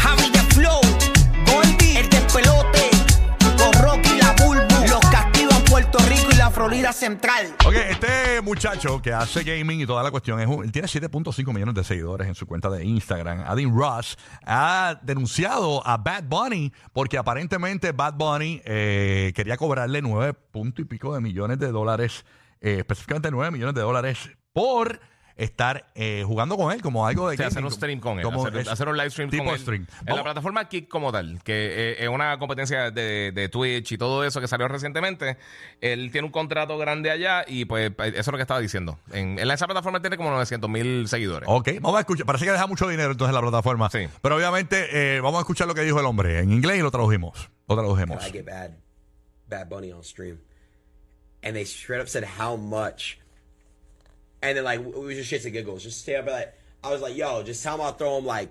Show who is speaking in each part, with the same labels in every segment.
Speaker 1: Javi de Flow, Goldie, el de pelote. Con Rocky la Bulbu, los castigan Puerto Rico y la Florida Central.
Speaker 2: Ok, este muchacho que hace gaming y toda la cuestión, es un- él tiene 7.5 millones de seguidores en su cuenta de Instagram. Adin Ross ha denunciado a Bad Bunny porque aparentemente Bad Bunny eh, quería cobrarle 9 punto y pico de millones de dólares, eh, específicamente 9 millones de dólares por estar eh, jugando con él como algo de
Speaker 3: O sea, hacer
Speaker 2: gaming,
Speaker 3: un stream con él,
Speaker 2: como-
Speaker 3: hacer,
Speaker 2: es-
Speaker 3: hacer un live stream
Speaker 2: tipo
Speaker 3: con él.
Speaker 2: stream.
Speaker 3: En la
Speaker 2: Vamos-
Speaker 3: plataforma Kick como tal, que eh, es una competencia de, de Twitch y todo eso que salió recientemente, él tiene un contrato grande allá y pues eso es lo que estaba diciendo. En, en esa plataforma él tiene como 900 mil seguidores.
Speaker 2: Ok, vamos a escuchar. Parece que deja mucho dinero entonces en la plataforma.
Speaker 3: Sí.
Speaker 2: Pero obviamente eh, vamos a escuchar lo que dijo el hombre en inglés y lo tradujimos. Lo
Speaker 4: I
Speaker 2: tradujimos.
Speaker 4: get bad, Bad Bunny on stream, and they straight up said how much, and then like it was just shits and giggles. Just stay up like I was like, yo, just tell him I'll throw him like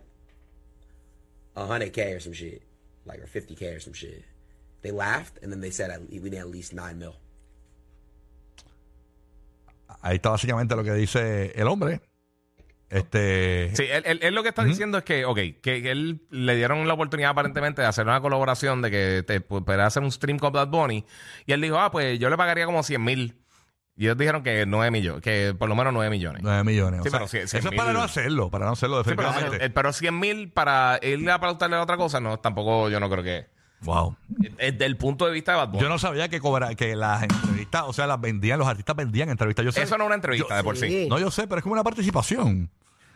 Speaker 4: hundred k or some shit, like or fifty k or some shit. They laughed and then they said "At- we need at least nine mil.
Speaker 2: Ahí está básicamente lo que dice el hombre. Este.
Speaker 3: Sí, él, él- él lo que está diciendo es que, ok, que que él le dieron la oportunidad aparentemente de hacer una colaboración, de que te pu- pudiera hacer un stream con Bad Bunny. Y él dijo, ah, pues yo le pagaría como 100 mil. Y ellos dijeron que 9 millones, que por lo menos 9 millones.
Speaker 2: 9 millones.
Speaker 3: Sí,
Speaker 2: O sea,
Speaker 3: pero cien- cien
Speaker 2: eso es
Speaker 3: mil.
Speaker 2: para no hacerlo, para no hacerlo
Speaker 3: Sí, pero,
Speaker 2: definitivamente.
Speaker 3: eh, pero 100 mil para irle a pautarle a otra cosa, no, tampoco yo no creo que. eh,
Speaker 2: Wow.
Speaker 3: Desde el punto de vista de Bad Bunny.
Speaker 2: Yo no sabía que cobra, que las entrevistas, o sea, las vendían, los artistas vendían entrevistas. Yo sé-
Speaker 3: Eso no es una entrevista
Speaker 2: yo-
Speaker 3: de por sí.
Speaker 2: No, yo sé, pero es como una participación.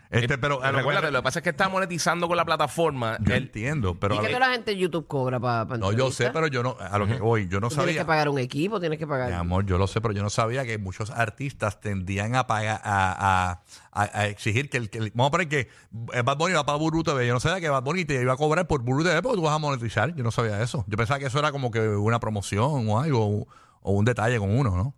Speaker 2: Este,
Speaker 3: Eh,
Speaker 2: pero a lo que me-
Speaker 3: recuérdate, lo que pasa es que está monetizando con la plataforma.
Speaker 2: yo
Speaker 3: El-
Speaker 2: entiendo, pero
Speaker 5: ¿Y
Speaker 2: a
Speaker 5: qué
Speaker 2: lo-
Speaker 5: toda la gente de YouTube cobra para
Speaker 2: no, yo sé, pero yo no, a lo que voy, yo no
Speaker 5: Tienes
Speaker 2: sabía.
Speaker 5: que pagar un equipo, tienes que pagar...
Speaker 2: Mi amor, yo lo sé, pero yo no sabía que muchos artistas tendían a pagar, a, a- a- a exigir que el, que el- Vamos a poner que eh, Bad Bunny va para Buru TV. Yo no sabía que Bad Bunny te iba a cobrar por Buru TV porque tú vas a monetizar. Yo no sabía eso. Yo pensaba que eso era como que una promoción o algo, o, o un detalle con uno, ¿no?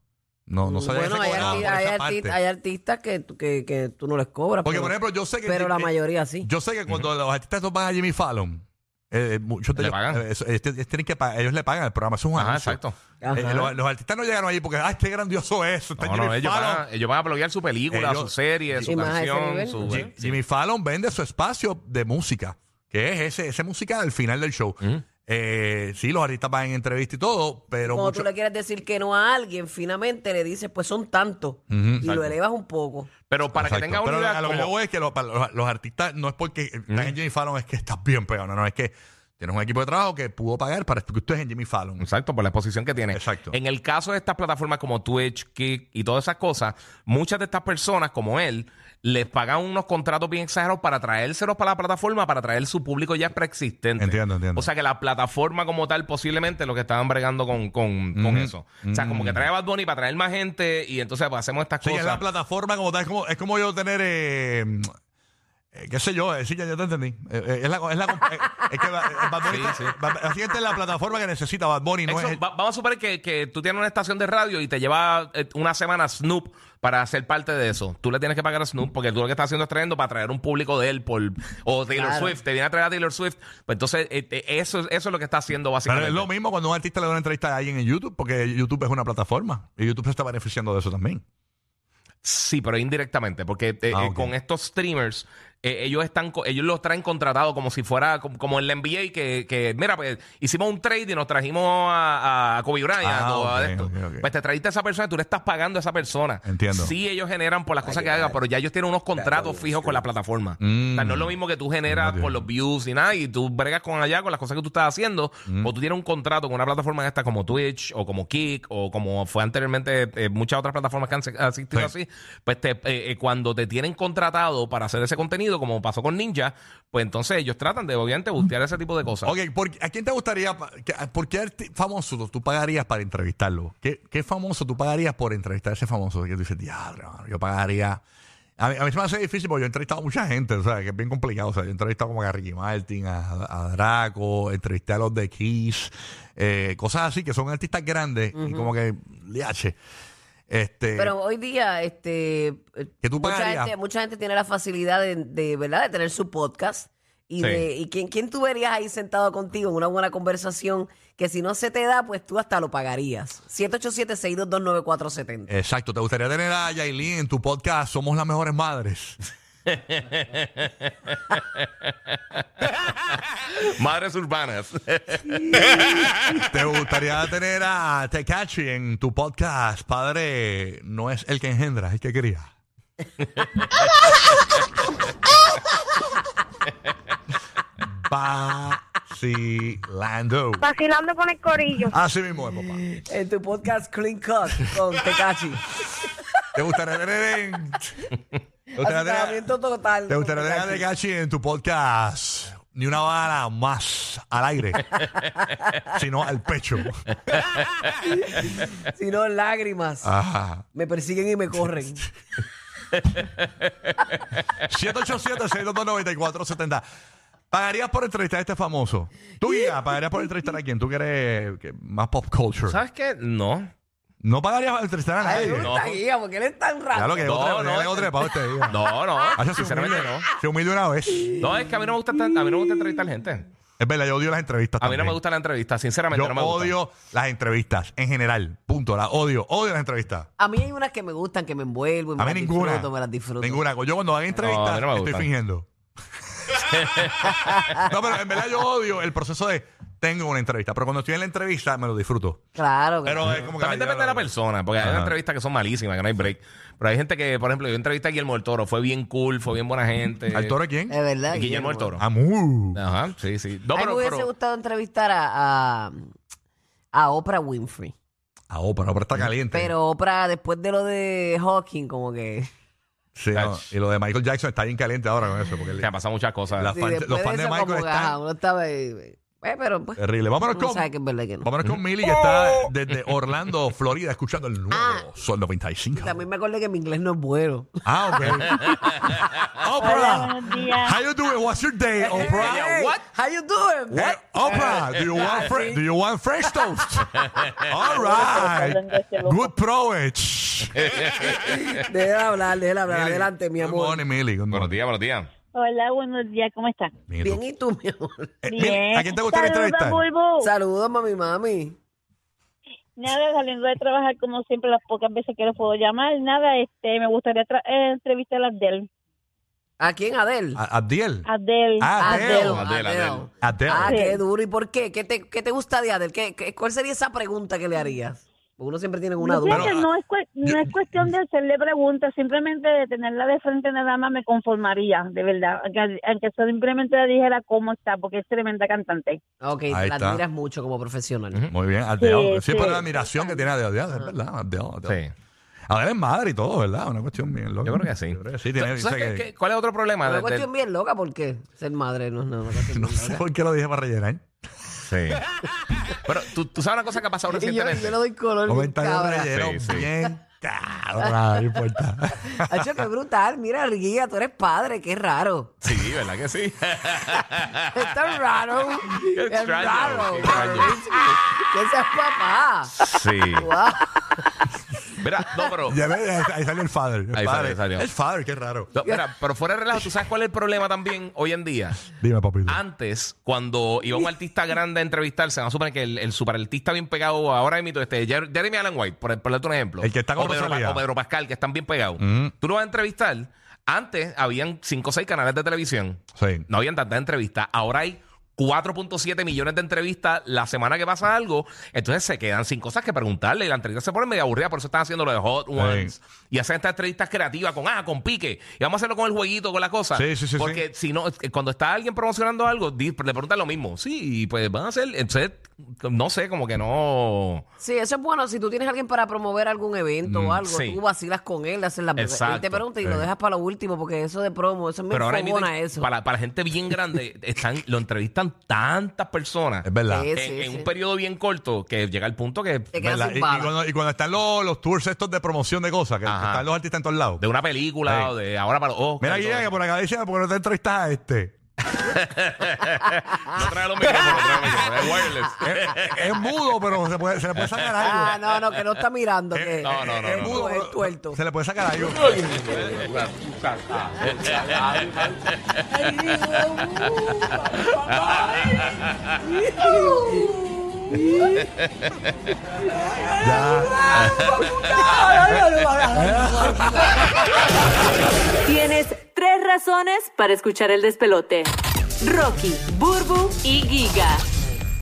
Speaker 2: No, no sabía
Speaker 5: bueno,
Speaker 2: que se
Speaker 5: hay,
Speaker 2: cobraba
Speaker 5: arti-
Speaker 2: por
Speaker 5: hay
Speaker 2: esa
Speaker 5: arti-
Speaker 2: parte.
Speaker 5: hay artistas que, tú- que, que tú no les cobras.
Speaker 2: Porque,
Speaker 5: pero-
Speaker 2: por ejemplo, yo sé que.
Speaker 5: Pero la
Speaker 2: eh,
Speaker 5: mayoría sí.
Speaker 2: Yo sé que cuando los artistas estos van a Jimmy Fallon, eh, muchos de
Speaker 3: Le
Speaker 2: ellos,
Speaker 3: pagan.
Speaker 2: eh, eso- ellos tienen- ellos tienen que pagar- ellos le pagan el programa. Eso es un
Speaker 3: Ajá,
Speaker 2: anuncio.
Speaker 3: exacto.
Speaker 5: Ajá.
Speaker 2: Eh, los, los artistas no llegaron ahí porque, ¡ay, qué grandioso es! Está
Speaker 3: No, no,
Speaker 2: Jimmy
Speaker 3: ellos,
Speaker 2: Fallon.
Speaker 3: van a, ellos van a bloguear su película,
Speaker 2: Ellos-
Speaker 3: su serie, su
Speaker 5: Y más a ese
Speaker 3: canción.
Speaker 5: nivel,
Speaker 3: Su,
Speaker 5: ¿no?
Speaker 3: sí.
Speaker 2: Jimmy Fallon vende su espacio de música, que es ese, ese música al final del show.
Speaker 3: Mm.
Speaker 2: Eh, sí, los artistas van en entrevista y todo, pero
Speaker 5: Cuando
Speaker 2: mucho-
Speaker 5: tú le quieres decir que no a alguien, finamente le dices, pues son tantos. y
Speaker 3: exacto.
Speaker 5: lo elevas un poco.
Speaker 3: Pero para
Speaker 2: Exacto.
Speaker 3: que tenga una
Speaker 2: Pero
Speaker 3: idea.
Speaker 2: a lo que
Speaker 3: como-
Speaker 2: yo voy es que lo- para los, los artistas no es porque
Speaker 3: Mm.
Speaker 2: están en Jimmy Fallon, es que estás bien pegado, no, no, es que tienes un equipo de trabajo que pudo pagar para que tú estés en Jimmy Fallon.
Speaker 3: Exacto, por la exposición que tiene.
Speaker 2: Exacto.
Speaker 3: En el caso de estas plataformas como Twitch, Kick y todas esas cosas, muchas de estas personas, como él, les pagan unos contratos bien exagerados para traérselos para la plataforma, para traer su público ya preexistente.
Speaker 2: Entiendo, entiendo.
Speaker 3: O sea que la plataforma como tal, posiblemente lo que estaban bregando con, con, con
Speaker 2: Ujú.
Speaker 3: eso. O sea, como que trae a Bad Bunny para traer más gente y entonces pues, hacemos estas
Speaker 2: Sí, es la
Speaker 3: cosas.
Speaker 2: plataforma como tal, es como, es como yo tener, eh, eh, qué sé yo, eh, sí, ya, ya te entendí. Eh, eh, es la, es la comp- eh, es que Bad- Bad Bunny
Speaker 3: Sí,
Speaker 2: está-
Speaker 3: sí.
Speaker 2: Bad- la siguiente es la plataforma que necesita Bad Bunny, no Eh,
Speaker 3: Eso,
Speaker 2: es el-
Speaker 3: va- vamos a suponer que, que tú tienes una estación de radio y te lleva eh, una semana Snoop para ser parte de eso. Tú le tienes que pagar a Snoop porque tú lo que estás haciendo es trayendo para traer un público de él por, o Taylor
Speaker 5: Claro.
Speaker 3: Swift. Te viene a traer a Taylor Swift. Pues entonces, eh, eh, eso, es- eso es lo que está haciendo
Speaker 2: Pero
Speaker 3: básicamente.
Speaker 2: es lo mismo cuando un artista le da una entrevista a alguien en YouTube, porque YouTube es una plataforma y YouTube se está beneficiando de eso también.
Speaker 3: Sí, pero indirectamente, porque eh,
Speaker 2: Ah,
Speaker 3: eh,
Speaker 2: ok.
Speaker 3: con estos streamers, eh, ellos están, co- ellos los traen contratados como si fuera como, como el NBA que, que, mira, pues hicimos un trade y nos trajimos a, a Kobe Bryant
Speaker 2: Ah,
Speaker 3: o a
Speaker 2: ok,
Speaker 3: esto.
Speaker 2: ok, ok.
Speaker 3: Pues te trajiste a esa persona, tú le estás pagando a esa persona.
Speaker 2: Entiendo.
Speaker 3: Sí, ellos generan por las cosas que
Speaker 4: God.
Speaker 3: hagan, pero ya ellos tienen unos contratos
Speaker 4: was
Speaker 3: fijos con la plataforma.
Speaker 2: Mm.
Speaker 3: O sea, no es lo mismo que tú generas
Speaker 2: Dios.
Speaker 3: por los views y nada, y tú bregas con allá con las cosas que tú estás haciendo, o tú tienes un contrato con una plataforma de estas como Twitch o como Kick o como fue anteriormente eh, muchas otras plataformas que han se- asistido
Speaker 2: Sí.
Speaker 3: así, pues te- eh, eh, cuando te tienen contratado para hacer ese contenido, sonido, como pasó con Ninja, pues entonces ellos tratan de obviamente bustear ese tipo de cosas.
Speaker 2: Ok, ¿por- ¿a quién te gustaría? pa- que- a- ¿Por qué arti- famoso tú- tú pagarías para entrevistarlo? ¿Qué, qué famoso tú pagarías por entrevistar a ese famoso? Que tú dices, diablo, mano, yo pagaría. A mí, a mí se me hace difícil porque yo he entrevistado a mucha gente, o sea, que es bien complicado. O sea, yo he entrevistado como a Ricky Martin, a, a Draco, entrevisté a los de Kiss, eh, cosas así que son artistas grandes y como que, liache. Este,
Speaker 5: Pero hoy día, este,
Speaker 2: Que tú
Speaker 5: mucha,
Speaker 2: pagarías.
Speaker 5: gente, mucha gente tiene la facilidad de, de, ¿verdad? de tener su podcast. Y,
Speaker 3: Sí.
Speaker 5: de, y quién, quién tú verías ahí sentado contigo en una buena conversación que si no se te da, pues tú hasta lo pagarías. 787-622-9470.
Speaker 2: exacto, ¿te gustaría tener a Yailin en tu podcast Somos las Mejores Madres?
Speaker 3: Madres urbanas.
Speaker 2: ¿Te gustaría tener a Tekachi en tu podcast? Padre, no es el que engendra, es el que cría. Vacilando.
Speaker 6: Vacilando con el corillo.
Speaker 2: Así mismo es, papá.
Speaker 5: En tu podcast Clean Cut con Tecachi.
Speaker 2: ¿Te gustaría tener en... ¿Te gustaría tener,
Speaker 5: Asentamiento total.
Speaker 2: te
Speaker 5: con
Speaker 2: gustaría tener a
Speaker 5: Tekashi.
Speaker 2: Tekashi en tu podcast? Ni una bala más al aire, sino al pecho.
Speaker 5: Si no, lágrimas.
Speaker 2: Ajá.
Speaker 5: Me persiguen y me corren.
Speaker 2: 787-622-9470. ¿Pagarías por entrevistar a este famoso? Tú, guía, ¿pagarías por entrevistar a quien tú quieres que- más pop culture?
Speaker 3: ¿Sabes qué? No.
Speaker 2: No pagarías por entrevistar a
Speaker 5: Ay,
Speaker 2: nadie.
Speaker 5: no,
Speaker 3: no.
Speaker 5: está guía, porque él es tan
Speaker 2: Ya
Speaker 5: raro.
Speaker 2: lo que
Speaker 3: No,
Speaker 2: otra,
Speaker 3: no. eh.
Speaker 2: no, otra para usted, guía.
Speaker 3: No, no.
Speaker 2: Ah, se humilde,
Speaker 3: sinceramente no.
Speaker 2: Se humilde una vez. Es
Speaker 3: No, es que a mí no me gusta, a mí no me gusta entrevistar gente.
Speaker 2: verdad, yo odio las entrevistas.
Speaker 3: A mí no
Speaker 2: también.
Speaker 3: me gusta la entrevista, sinceramente
Speaker 2: Yo
Speaker 3: no me gusta.
Speaker 2: odio las entrevistas en general. Punto. Las odio. Odio las entrevistas.
Speaker 5: A mí hay unas que me gustan, que me envuelvo y me
Speaker 2: A mí
Speaker 5: las
Speaker 2: ninguna.
Speaker 5: disfruto, me las disfruto.
Speaker 2: Ninguna. Yo cuando hago
Speaker 3: No, a
Speaker 2: entrevistas
Speaker 3: mí no me
Speaker 2: estoy
Speaker 3: gustan.
Speaker 2: fingiendo. no, pero en verdad yo odio el proceso de tengo una entrevista. Pero cuando estoy en la entrevista me lo disfruto.
Speaker 5: Claro. que
Speaker 2: Pero es como que.
Speaker 3: También
Speaker 2: ay,
Speaker 3: depende de
Speaker 2: ya
Speaker 3: la
Speaker 2: lo-
Speaker 3: persona, porque hay
Speaker 2: Ajá.
Speaker 3: entrevistas que son malísimas, que no hay break. Pero hay gente que, por ejemplo, yo entrevisté a Guillermo del Toro, fue bien cool, fue bien buena gente.
Speaker 2: ¿Al toro Ah. quién?
Speaker 5: Es verdad.
Speaker 3: Guillermo del Toro.
Speaker 2: Amu.
Speaker 3: Ajá, sí, sí. No,
Speaker 5: a mí me
Speaker 3: pero,
Speaker 5: hubiese
Speaker 3: pero-
Speaker 5: gustado entrevistar a, a, a Oprah Winfrey.
Speaker 2: Ah, Oprah, Oprah está caliente.
Speaker 5: Pero Oprah, después de lo de Hawking, como que.
Speaker 2: Sí, no, Y lo de Michael Jackson está bien caliente ahora con eso. Porque
Speaker 3: o sea, pasan muchas cosas.
Speaker 2: La- Los
Speaker 5: sí,
Speaker 2: fans-
Speaker 5: después
Speaker 2: los fans de
Speaker 5: eso,
Speaker 2: Michael
Speaker 5: como que,
Speaker 2: están-
Speaker 5: ajá, uno estaba. ahí, eh, pero pues.
Speaker 2: Terrible. Vámonos
Speaker 5: Uno
Speaker 2: con.
Speaker 5: sabe que es verdad que no.
Speaker 2: Vámonos con Milly, que está desde Orlando, Florida, escuchando el nuevo
Speaker 5: Ah.
Speaker 2: Sol 95.
Speaker 5: También me acordé que mi inglés no es bueno.
Speaker 2: Ah, ok.
Speaker 6: Hola,
Speaker 2: Oprah,
Speaker 6: buenos días.
Speaker 2: how you doing? What's your day,
Speaker 5: Eh,
Speaker 2: Oprah?
Speaker 5: Hey, How you doing?
Speaker 2: What?
Speaker 5: Eh,
Speaker 2: Oprah, do you
Speaker 5: ah,
Speaker 2: want fre- do you want French toast? All right. Good eh. provecho.
Speaker 5: Déjala hablar, déjala hablar.
Speaker 2: Milly,
Speaker 5: Adelante, mi
Speaker 2: good
Speaker 5: amor.
Speaker 2: morning, Milly, good
Speaker 3: Buenos
Speaker 2: morning.
Speaker 3: días, buenos días.
Speaker 6: Hola, buenos días. ¿Cómo está?
Speaker 2: Bien,
Speaker 5: Bien,
Speaker 2: tú.
Speaker 5: ¿y tú, mi amor?
Speaker 2: Eh, Milly,
Speaker 6: Bien.
Speaker 2: Eh, ¿A quién te gustaría
Speaker 6: Saluda,
Speaker 2: entrevistar?
Speaker 6: Bulbo.
Speaker 5: Saludos, mami, mami.
Speaker 6: Nada, saliendo de trabajar como siempre las pocas veces que lo puedo llamar. Nada, este, me gustaría tra- eh, entrevistar a Adel.
Speaker 5: ¿A quién, Adel?
Speaker 2: A- Abdiel.
Speaker 6: Adel.
Speaker 2: Ah, Adele.
Speaker 3: Adele, Adele.
Speaker 2: Adele.
Speaker 5: Ah, qué duro. ¿Y por qué? ¿Qué te, qué te gusta de Adel? ¿Qué, qué- cuál sería esa pregunta que le harías? Porque uno siempre tiene una
Speaker 6: Yo creo
Speaker 5: duda.
Speaker 6: que
Speaker 2: Pero,
Speaker 6: no es, cue-
Speaker 2: yo-
Speaker 6: no es cuestión de hacerle preguntas, simplemente de tenerla de frente nada más me conformaría, de verdad. Aunque, aunque simplemente le dijera cómo está, porque es tremenda cantante.
Speaker 5: Ok, te
Speaker 2: Ahí
Speaker 5: la
Speaker 2: está.
Speaker 5: admiras mucho como profesional.
Speaker 2: Muy bien, Adele.
Speaker 6: Sí,
Speaker 2: Siempre
Speaker 6: sí.
Speaker 2: la admiración que tiene Adele, Adele, es verdad, Adele, Adele.
Speaker 3: Sí.
Speaker 2: Adele es madre y todo, ¿verdad? Una cuestión bien loca.
Speaker 3: Yo creo que sí.
Speaker 2: Yo creo que sí, tiene-
Speaker 3: ¿Sabes
Speaker 2: dice
Speaker 3: qué-
Speaker 2: que-
Speaker 3: qué- ¿Cuál es otro problema?
Speaker 5: Una
Speaker 3: del- del-
Speaker 5: cuestión bien loca porque ser madre no es nada. una cuestión
Speaker 2: No
Speaker 5: bien
Speaker 2: sé
Speaker 5: loca.
Speaker 2: por qué lo dije para rellenar.
Speaker 3: Sí. Pero ¿tú, tú sabes una cosa que ha pasado
Speaker 5: Y yo,
Speaker 3: recientemente.
Speaker 5: yo le doy color. bien
Speaker 2: Comentario
Speaker 5: cabra.
Speaker 2: relleno
Speaker 3: Sí, sí.
Speaker 2: bien cabra, no importa.
Speaker 5: Hacho, qué brutal. Mira, Guía, tú eres padre. Qué raro.
Speaker 3: Sí, ¿verdad que sí?
Speaker 5: Está raro.
Speaker 3: Qué
Speaker 5: es
Speaker 3: extraño,
Speaker 5: raro.
Speaker 3: qué extraño.
Speaker 5: Que seas papá.
Speaker 3: Sí.
Speaker 5: Wow.
Speaker 3: Mira, no, pero.
Speaker 2: Ya ves, ahí salió el father. El
Speaker 3: Ahí salió,
Speaker 2: father,
Speaker 3: ahí salió.
Speaker 2: El father, qué raro.
Speaker 3: no, mira, pero fuera de relajo, ¿tú sabes cuál es el problema también hoy en día?
Speaker 2: Dime, papito.
Speaker 3: Ah, Antes, cuando iba un artista grande a entrevistarse, vamos a suponer que el, el superartista bien pegado, ahora imito este, Jer- Jeremy Allen White, por, por darte un ejemplo.
Speaker 2: El que está con
Speaker 3: o Pedro,
Speaker 2: Rosalía.
Speaker 3: Pa- o Pedro Pascal, que están bien pegados.
Speaker 2: Mm.
Speaker 3: Tú lo vas a entrevistar. Antes habían 5 o 6 canales de televisión.
Speaker 2: Sí.
Speaker 3: No habían tantas entrevistas. Ahora hay 4.7 millones de entrevistas. La semana que pasa algo, entonces se quedan sin cosas que preguntarle. Y la entrevista se pone medio aburrida. Por eso están haciendo lo de Hot Ones. Y hacen estas entrevistas creativas con, ah, con pique. Y vamos a hacerlo con el jueguito, con la cosa.
Speaker 2: Sí, sí, sí,
Speaker 3: Porque si no, eh, cuando está alguien promocionando algo, di- le preguntan lo mismo. Sí, y pues van a hacer. Entonces no sé, como que no.
Speaker 5: Sí, eso es bueno. Si tú tienes a alguien para promover algún evento
Speaker 3: Mm,
Speaker 5: o algo,
Speaker 3: sí.
Speaker 5: tú vacilas con él, le haces la
Speaker 3: Exacto. Eh.
Speaker 5: Él te pregunta y lo
Speaker 2: Sí.
Speaker 5: dejas para lo último, porque eso de promo, eso es muy
Speaker 3: Pero ahora mismo,
Speaker 5: fogona eso.
Speaker 3: para, para gente bien grande, están, lo entrevistan tantas personas
Speaker 2: Es verdad.
Speaker 5: Sí,
Speaker 3: en,
Speaker 5: sí,
Speaker 3: en
Speaker 5: sí.
Speaker 3: un periodo bien corto que llega el punto que
Speaker 5: Te
Speaker 2: Es
Speaker 5: quedas
Speaker 2: verdad. Y,
Speaker 5: sin
Speaker 2: y
Speaker 5: bala.
Speaker 2: cuando, y cuando están los, los tours estos de promoción de cosas, que
Speaker 3: Ajá.
Speaker 2: están los artistas en todos lados.
Speaker 3: de una película
Speaker 2: Sí.
Speaker 3: o de ahora para los oh, Oscars
Speaker 2: Mira,
Speaker 3: y todo
Speaker 2: Guillén, que
Speaker 3: eso.
Speaker 2: por acá dice, ¿por qué no te entrevistas a este?
Speaker 3: No trae los micrófonos, trae los micrófonos, es wireless.
Speaker 2: Es, es mudo, pero se, puede- se le puede sacar algo.
Speaker 5: Ah, no, no, que no está mirando.
Speaker 2: Eh,
Speaker 5: que
Speaker 3: no, no, no,
Speaker 5: es
Speaker 3: no,
Speaker 5: mudo,
Speaker 2: mudo,
Speaker 5: es
Speaker 2: pero-
Speaker 5: tuerto.
Speaker 2: Se le puede sacar algo.
Speaker 7: Tienes tres razones para escuchar el despelote. Rocky, Burbu y Giga.